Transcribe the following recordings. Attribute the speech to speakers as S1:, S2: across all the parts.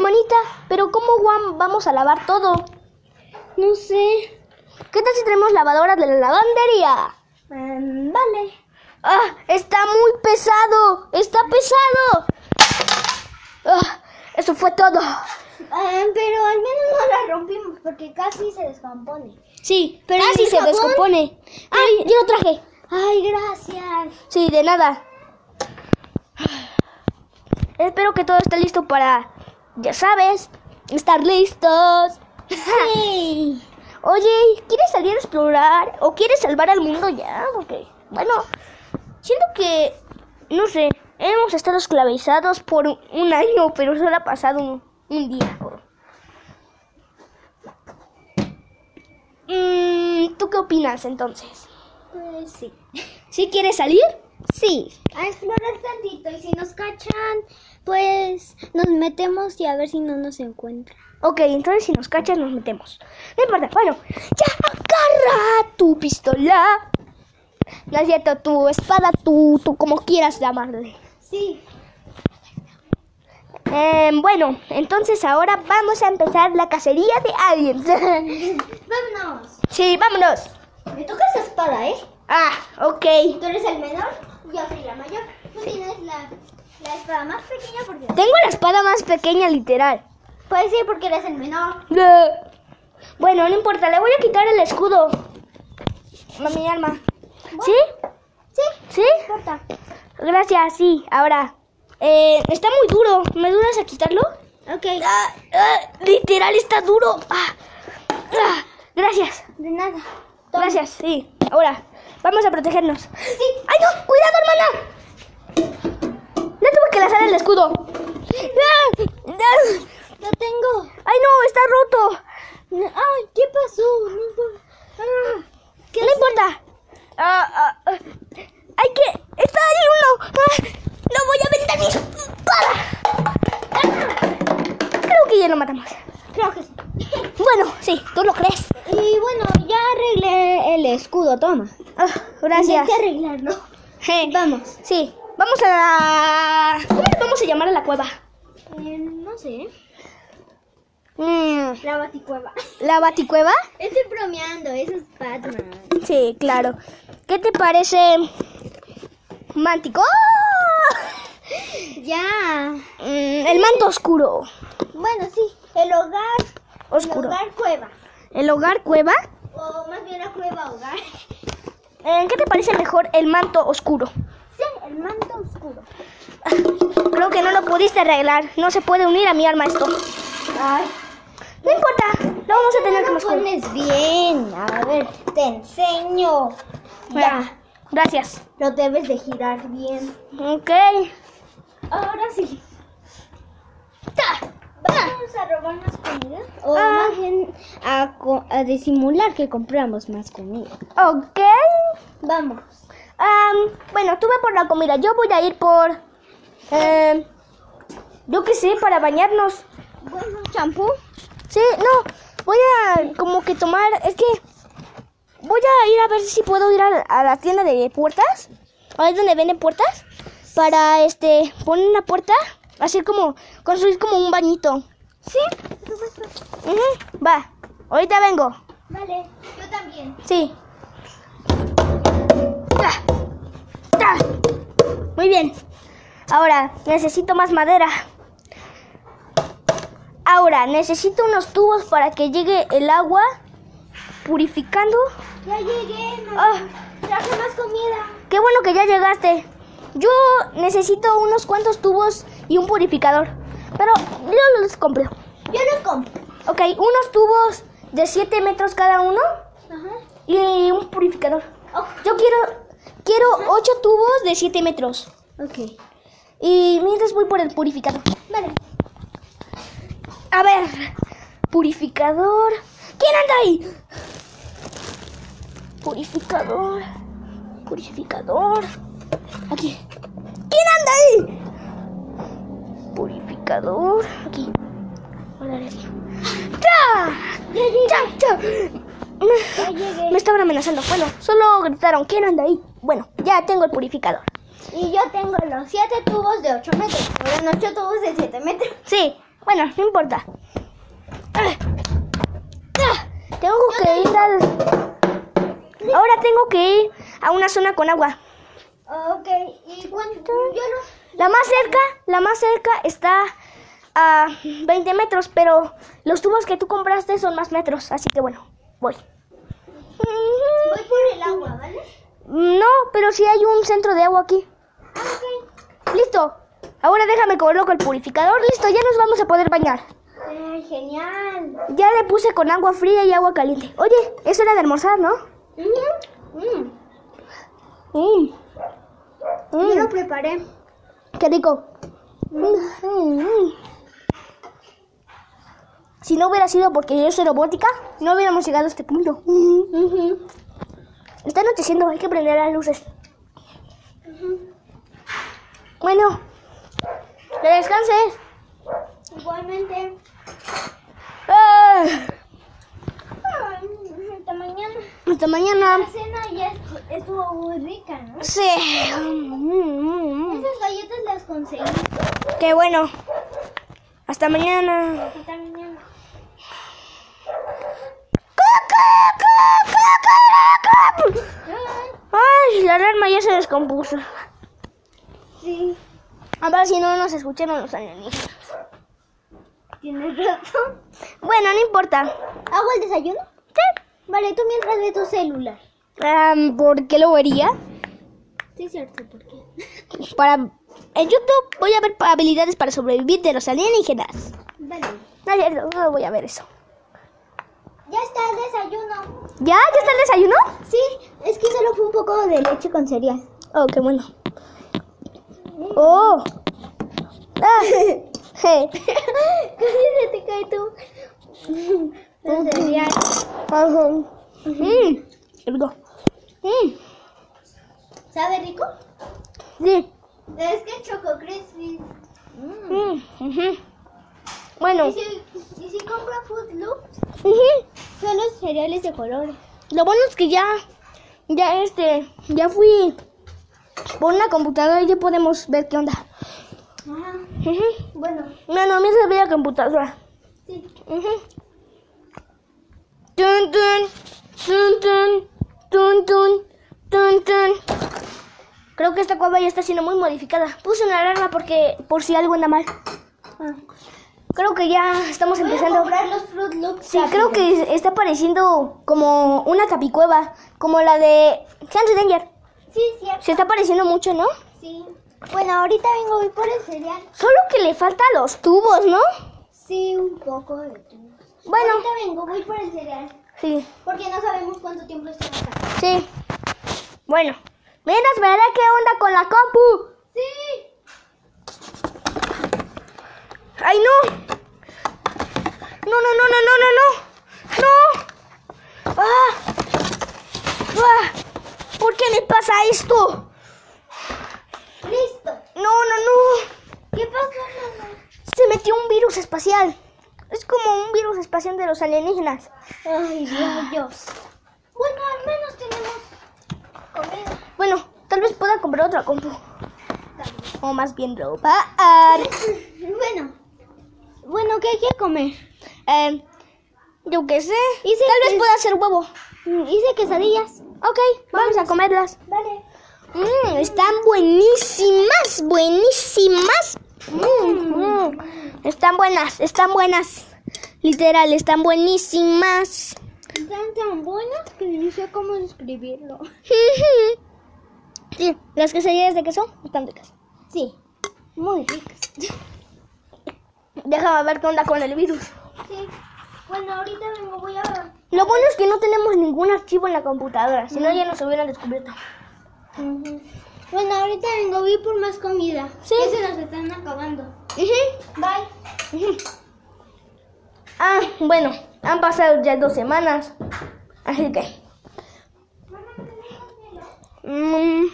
S1: mamita, pero ¿cómo guam- vamos a lavar todo?
S2: No sé.
S1: ¿Qué tal si tenemos lavadoras de la lavandería?
S2: Mm, vale.
S1: ¡Ah! ¡Está muy pesado! ¡Está pesado! ¡Ah! eso fue todo.
S2: Ah, pero al menos no la rompimos porque casi se descompone.
S1: Ah, Sí, pero
S2: ¿y
S1: casi
S2: el
S1: se
S2: jabón? Ah,
S1: descompone. ¡Ay! Yo lo traje.
S2: Ay, gracias.
S1: Sí, de nada. Espero que todo esté listo para, ya sabes, estar listos.
S2: Sí.
S1: Oye, ¿quieres salir a explorar? ¿O quieres salvar al mundo ya? Porque, bueno, siento que, no sé, hemos estado esclavizados por un año, pero solo ha pasado un, un día. Mm, ¿Tú qué opinas entonces?
S2: Pues sí.
S1: ¿Sí quieres salir? Sí.
S2: A explorar tantito y si nos cachan, pues nos metemos y a ver si no nos encuentran.
S1: Ok, entonces si nos cachan nos metemos. No importa, bueno, ya agarra tu pistola. No es cierto, tu espada, tu, tu como quieras llamarle.
S2: Sí.
S1: Em, bueno, entonces ahora vamos a empezar la cacería de aliens.
S2: Vámonos.
S1: sí, vámonos.
S2: Me toca esa espada, ¿eh?
S1: Ah, ok.
S2: Tú eres el menor, yo soy la mayor. Tú tienes la, la espada más pequeña porque...
S1: Tengo la espada más pequeña, literal.
S2: Pues sí, porque eres el menor.
S1: Bueno, no importa, le voy a quitar el escudo. A mi arma. ¿Sí?
S2: Sí.
S1: ¿Sí?
S2: Corta.
S1: Gracias, sí. Ahora, eh, está muy duro. ¿Me dudas a quitarlo?
S2: Ok.
S1: Ah, ah, literal, está duro. Ah, ah, gracias.
S2: De nada.
S1: Gracias, sí. Ahora, vamos a protegernos.
S2: Sí.
S1: ¡Ay, no! ¡Cuidado, hermana! No tuve que lanzar el escudo. ¡Ah! ¡Ah!
S2: Lo tengo.
S1: ¡Ay, no! ¡Está roto!
S2: Ay, ¿qué pasó? No importa.
S1: Ah, no importa. Ah, ah, ah. Hay que... ¡Está ahí uno! Ah, ¡No voy a aventar mi espada! Ah, Creo que ya lo matamos.
S2: Creo que sí.
S1: Bueno, sí, tú lo crees.
S2: Y bueno, ya arreglé el escudo, toma.
S1: Ah, gracias.
S2: Intenté arreglarlo.
S1: Je,
S2: Vamos.
S1: Sí, vamos a la... ¿Cómo le vamos a llamar a la cueva?
S2: Eh, no sé.
S1: Mm,
S2: La baticueva.
S1: ¿La baticueva?
S2: Estoy bromeando, eso es Batman.
S1: Sí, claro. ¿Qué te parece? Mántico.
S2: Ya.
S1: Mm, el manto oscuro.
S2: Bueno, sí. El hogar. El
S1: Oscuro.
S2: hogar cueva.
S1: ¿El hogar cueva?
S2: O más bien la cueva hogar.
S1: Eh, ¿Qué te parece mejor el manto oscuro?
S2: Sí, el manto oscuro.
S1: Creo que no lo pudiste arreglar. No se puede unir a mi arma esto.
S2: Ay.
S1: No importa. Lo vamos a tener
S2: No
S1: como
S2: lo
S1: oscuro.
S2: pones bien. A ver, te enseño.
S1: Ya.
S2: Ya.
S1: Gracias.
S2: Lo debes de girar bien.
S1: Ok.
S2: Ahora sí.
S1: Ta.
S2: Vamos a robar más comida. O
S1: Ah.
S2: más bien a, co- a disimular que compramos más comida.
S1: Ok.
S2: Vamos.
S1: Am, bueno, tú ve por la comida. Yo voy a ir por... em, yo qué sé, para bañarnos.
S2: Bueno,
S1: ¿Champú? Sí, no. Voy a como que tomar... Es que... Voy a ir a ver si puedo ir a la, a la tienda de puertas. Ahí donde venden puertas. Para, este, poner una puerta. Hacer como... Construir como un bañito.
S2: sí.
S1: Ujú, Va. Ahorita vengo.
S2: Vale, yo también.
S1: Sí. Ta, ta. Muy bien. Ahora, necesito más madera. Ahora, necesito unos tubos para que llegue el agua purificando.
S2: Ya llegué, mamá.
S1: Ah,
S2: Traje más comida.
S1: qué bueno que ya llegaste. Yo necesito unos cuantos tubos y un purificador. Pero yo los compro.
S2: Yo los compro.
S1: Ok, unos tubos de 7 metros cada uno
S2: Ajá.
S1: y un purificador.
S2: Oh,
S1: Yo quiero quiero ocho tubos de 7 metros.
S2: ok.
S1: Y mientras voy por el purificador.
S2: Vale.
S1: A ver, purificador. ¿Quién anda ahí? Purificador. Purificador. Aquí. ¿Quién anda ahí? Purificador. Aquí. Ahora le digo. ¡Tra!
S2: Ya llegué.
S1: ¡Cha! ¡Cha!
S2: Ya llegué.
S1: Me estaban amenazando. Bueno, solo gritaron. ¿Quién anda ahí? Bueno, ya tengo el purificador.
S2: Y yo tengo los 7 tubos de 8 metros. Fueron 8 tubos de 7 metros.
S1: Sí, Bueno, no importa. Ah. Ah. Tengo que ir al... Ahora tengo que ir a una zona con agua.
S2: Ok, ¿y cuánto? Yo no.
S1: La más cerca, la más cerca está a 20 metros, pero los tubos que tú compraste son más metros, así que bueno, voy.
S2: Voy por el agua, ¿vale?
S1: No, pero sí hay un centro de agua aquí.
S2: Ok.
S1: Listo. Ahora déjame coloco el purificador. Listo, ya nos vamos a poder bañar.
S2: Ay, genial.
S1: Ya le puse con agua fría y agua caliente. Oye, eso era de almorzar, ¿no?
S2: Mm, mm.
S1: Mm.
S2: Yo
S1: Mm,
S2: lo preparé.
S1: qué rico. Mm, mm. Si no hubiera sido porque yo soy robótica, no hubiéramos llegado a este punto.
S2: Ujú.
S1: Está anocheciendo, hay que prender las luces.
S2: Ujú.
S1: Bueno, que descanses.
S2: Igualmente.
S1: ¡Ah!
S2: Ay, Hasta mañana.
S1: Hasta mañana.
S2: La cena ya est- estuvo muy rica, ¿no?
S1: Sí. Mm, mm, mm.
S2: Esas galletas las conseguí.
S1: Qué bueno. Hasta mañana.
S2: Hasta mañana. Ay,
S1: Ay, la alarma ya se descompuso.
S2: Sí,
S1: A ver si no nos escucharon los alienígenas.
S2: tienes razón.
S1: Bueno, no importa.
S2: ¿Hago el desayuno?
S1: Sí.
S2: Vale, tú mientras ve tu celular.
S1: Am, ¿Por qué lo vería?
S2: Sí, cierto, ¿por qué?
S1: Para... En YouTube voy a ver pa- habilidades para sobrevivir de los alienígenas.
S2: Vale.
S1: No, es cierto, no voy a ver eso.
S2: Ya está el desayuno.
S1: ¿Ya? ¿Ya está el desayuno?
S2: Sí, es que solo fue un poco de leche con cereal.
S1: Oh, qué bueno. Oh. Ah. Hey.
S2: Casi se te cae tú. El cereal.
S1: Ajá. Mm. Qué rico. Mm.
S2: ¿Sabe rico?
S1: Sí.
S2: Es que Choco Crispy. Mm.
S1: Mm, ujú. Bueno,
S2: Y si, y si compra Food Loops,
S1: ujú.
S2: son los cereales de colores.
S1: lo bueno es que ya, ya este, ya fui por una computadora y ya podemos ver qué onda.
S2: Ajá.
S1: Ujú.
S2: Ah, Bueno,
S1: No, no, mientras ve la computadora.
S2: sí.
S1: Ujú. Tun, tun, tun, tun, tun, tun, tun, tun. Creo que esta cueva ya está siendo muy modificada. Puse una alarma porque por si algo anda mal.
S2: Ah.
S1: Creo que ya estamos
S2: Voy a
S1: empezando.
S2: comprar los Fruit Loops.
S1: Sí,
S2: rápido.
S1: creo que está pareciendo como una capicueva, como la de Henry Danger.
S2: Sí, cierto.
S1: Se está pareciendo mucho, ¿no?
S2: Sí. Bueno, ahorita vengo voy por el cereal.
S1: Solo que le faltan los tubos, ¿no?
S2: Sí, un poco de tú.
S1: Bueno,
S2: Ahorita vengo, voy por el cereal.
S1: sí,
S2: Porque no sabemos cuánto tiempo está acá.
S1: sí. Bueno, mientras veré qué onda con la compu.
S2: Sí.
S1: ¡Ay, no! No, no, no, no, no, no, no. ¡No! ¡Ah! ¡Ah! ¿Por qué me pasa esto?
S2: Listo.
S1: No, no, no.
S2: ¿Qué pasó, mamá?
S1: Se metió un virus espacial. Es como un virus espacial de los alienígenas.
S2: Ay, Dios. Bueno, al menos tenemos comida.
S1: Bueno, tal vez pueda comprar otra compu.
S2: también.
S1: O más bien ropa. Ah,
S2: Bueno. Bueno, ¿qué hay que comer?
S1: eh, yo qué sé.
S2: Y si
S1: Tal
S2: es-
S1: vez pueda hacer huevo.
S2: Mm, Hice quesadillas.
S1: Ok, vamos a comerlas.
S2: Vale.
S1: Mm, están buenísimas, buenísimas. Mm, mm. Están buenas, están buenas. Literal, están buenísimas.
S2: Están tan buenas que ni sé cómo describirlo.
S1: Sí, las quesadillas de queso están ricas.
S2: Sí. Muy ricas.
S1: Déjame ver qué onda con el virus.
S2: Sí. Bueno, ahorita vengo, voy a...
S1: Lo bueno es que no tenemos ningún archivo en la computadora, si no ya nos hubieran descubierto.
S2: Bueno, ahorita vengo, voy por más comida.
S1: Sí.
S2: Ya se nos están acabando. Bye.
S1: Ah, bueno, han pasado ya dos semanas, así que... Mm,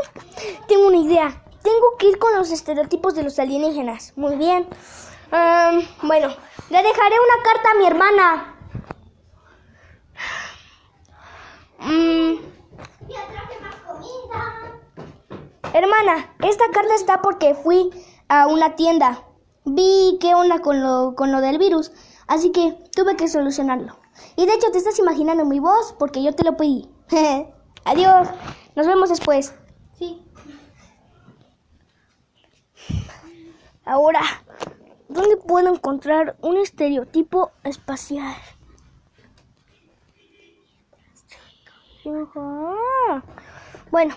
S1: Tengo una idea. Tengo que ir con los estereotipos de los alienígenas. Muy bien. Am, bueno, le dejaré una carta a mi hermana. Mm,
S2: Ya traje más comida.
S1: Hermana, esta carta está porque fui a una tienda vi qué onda con lo, con lo del virus, así que tuve que solucionarlo. Y de hecho te estás imaginando mi voz porque yo te lo pedí. Adiós, nos vemos después.
S2: Sí.
S1: Ahora, ¿dónde puedo encontrar un estereotipo espacial? Ajá. Bueno,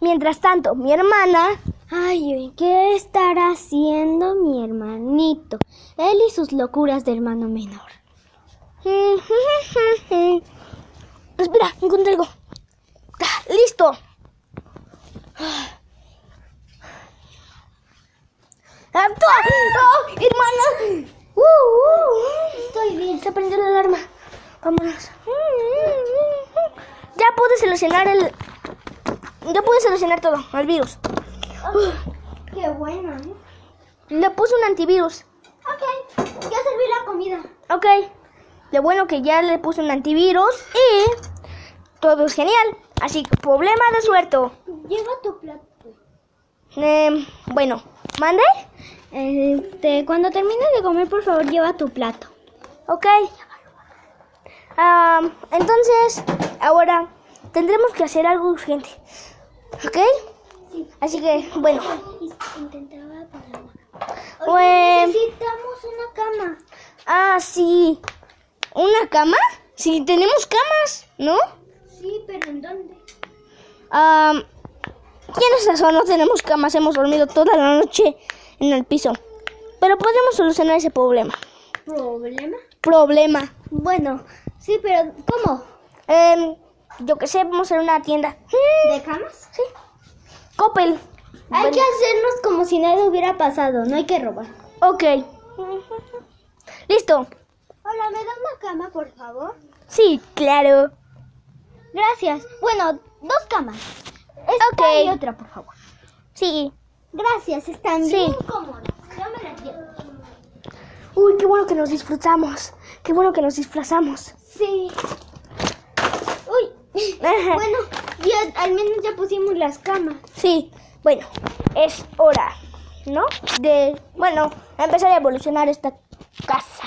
S1: mientras tanto, mi hermana
S2: Ay, uy, ¿qué estará haciendo mi hermanito? Él y sus locuras de hermano menor.
S1: Espera, encontré algo. Ah, ¡Listo! ¡Ah, tú! ¡Oh, hermana! ¡Uh, uh!
S2: Estoy bien.
S1: Se prendió la alarma. Vámonos. Ya pude solucionar el... Ya pude solucionar todo, el virus.
S2: Qué bueno, ¿eh?
S1: Le puse un antivirus.
S2: Ok, ya serví la comida.
S1: Ok. Lo bueno que ya le puse un antivirus y todo es genial. Así que problema de suelto.
S2: Lleva tu plato.
S1: Em, bueno, mande.
S2: Este, cuando termines de comer, por favor, lleva tu plato.
S1: Ok. Am, entonces, ahora tendremos que hacer algo urgente. ¿Ok?
S2: Sí.
S1: Así que, bueno.
S2: Intentaba Pues-
S1: Bueno.
S2: necesitamos una cama.
S1: Ah, sí. ¿Una cama? Sí, tenemos camas, ¿no?
S2: Sí, pero ¿en dónde?
S1: Am, tienes razón, no tenemos camas. Hemos dormido toda la noche en el piso. Pero podemos solucionar ese problema.
S2: ¿Problema?
S1: Problema.
S2: Bueno, sí, pero ¿cómo?
S1: Em, yo que sé, vamos a una tienda.
S2: ¿De camas?
S1: Sí. Coppel.
S2: Hay que hacernos como si nada hubiera pasado, no hay que robar.
S1: Ok. Listo.
S2: Hola, ¿me da una cama, por favor?
S1: Sí, claro.
S2: Gracias. Bueno, dos camas. Esta
S1: Ok.
S2: y otra, por favor.
S1: Sí.
S2: Gracias, están
S1: Sí.
S2: bien cómodas. Yo me las llevo.
S1: Uy, qué bueno que nos disfrutamos. Qué bueno que nos disfrazamos.
S2: Sí. Uy. bueno, ya, al menos ya pusimos las camas.
S1: Sí. Bueno, es hora, ¿no? De, bueno, empezar a evolucionar esta casa.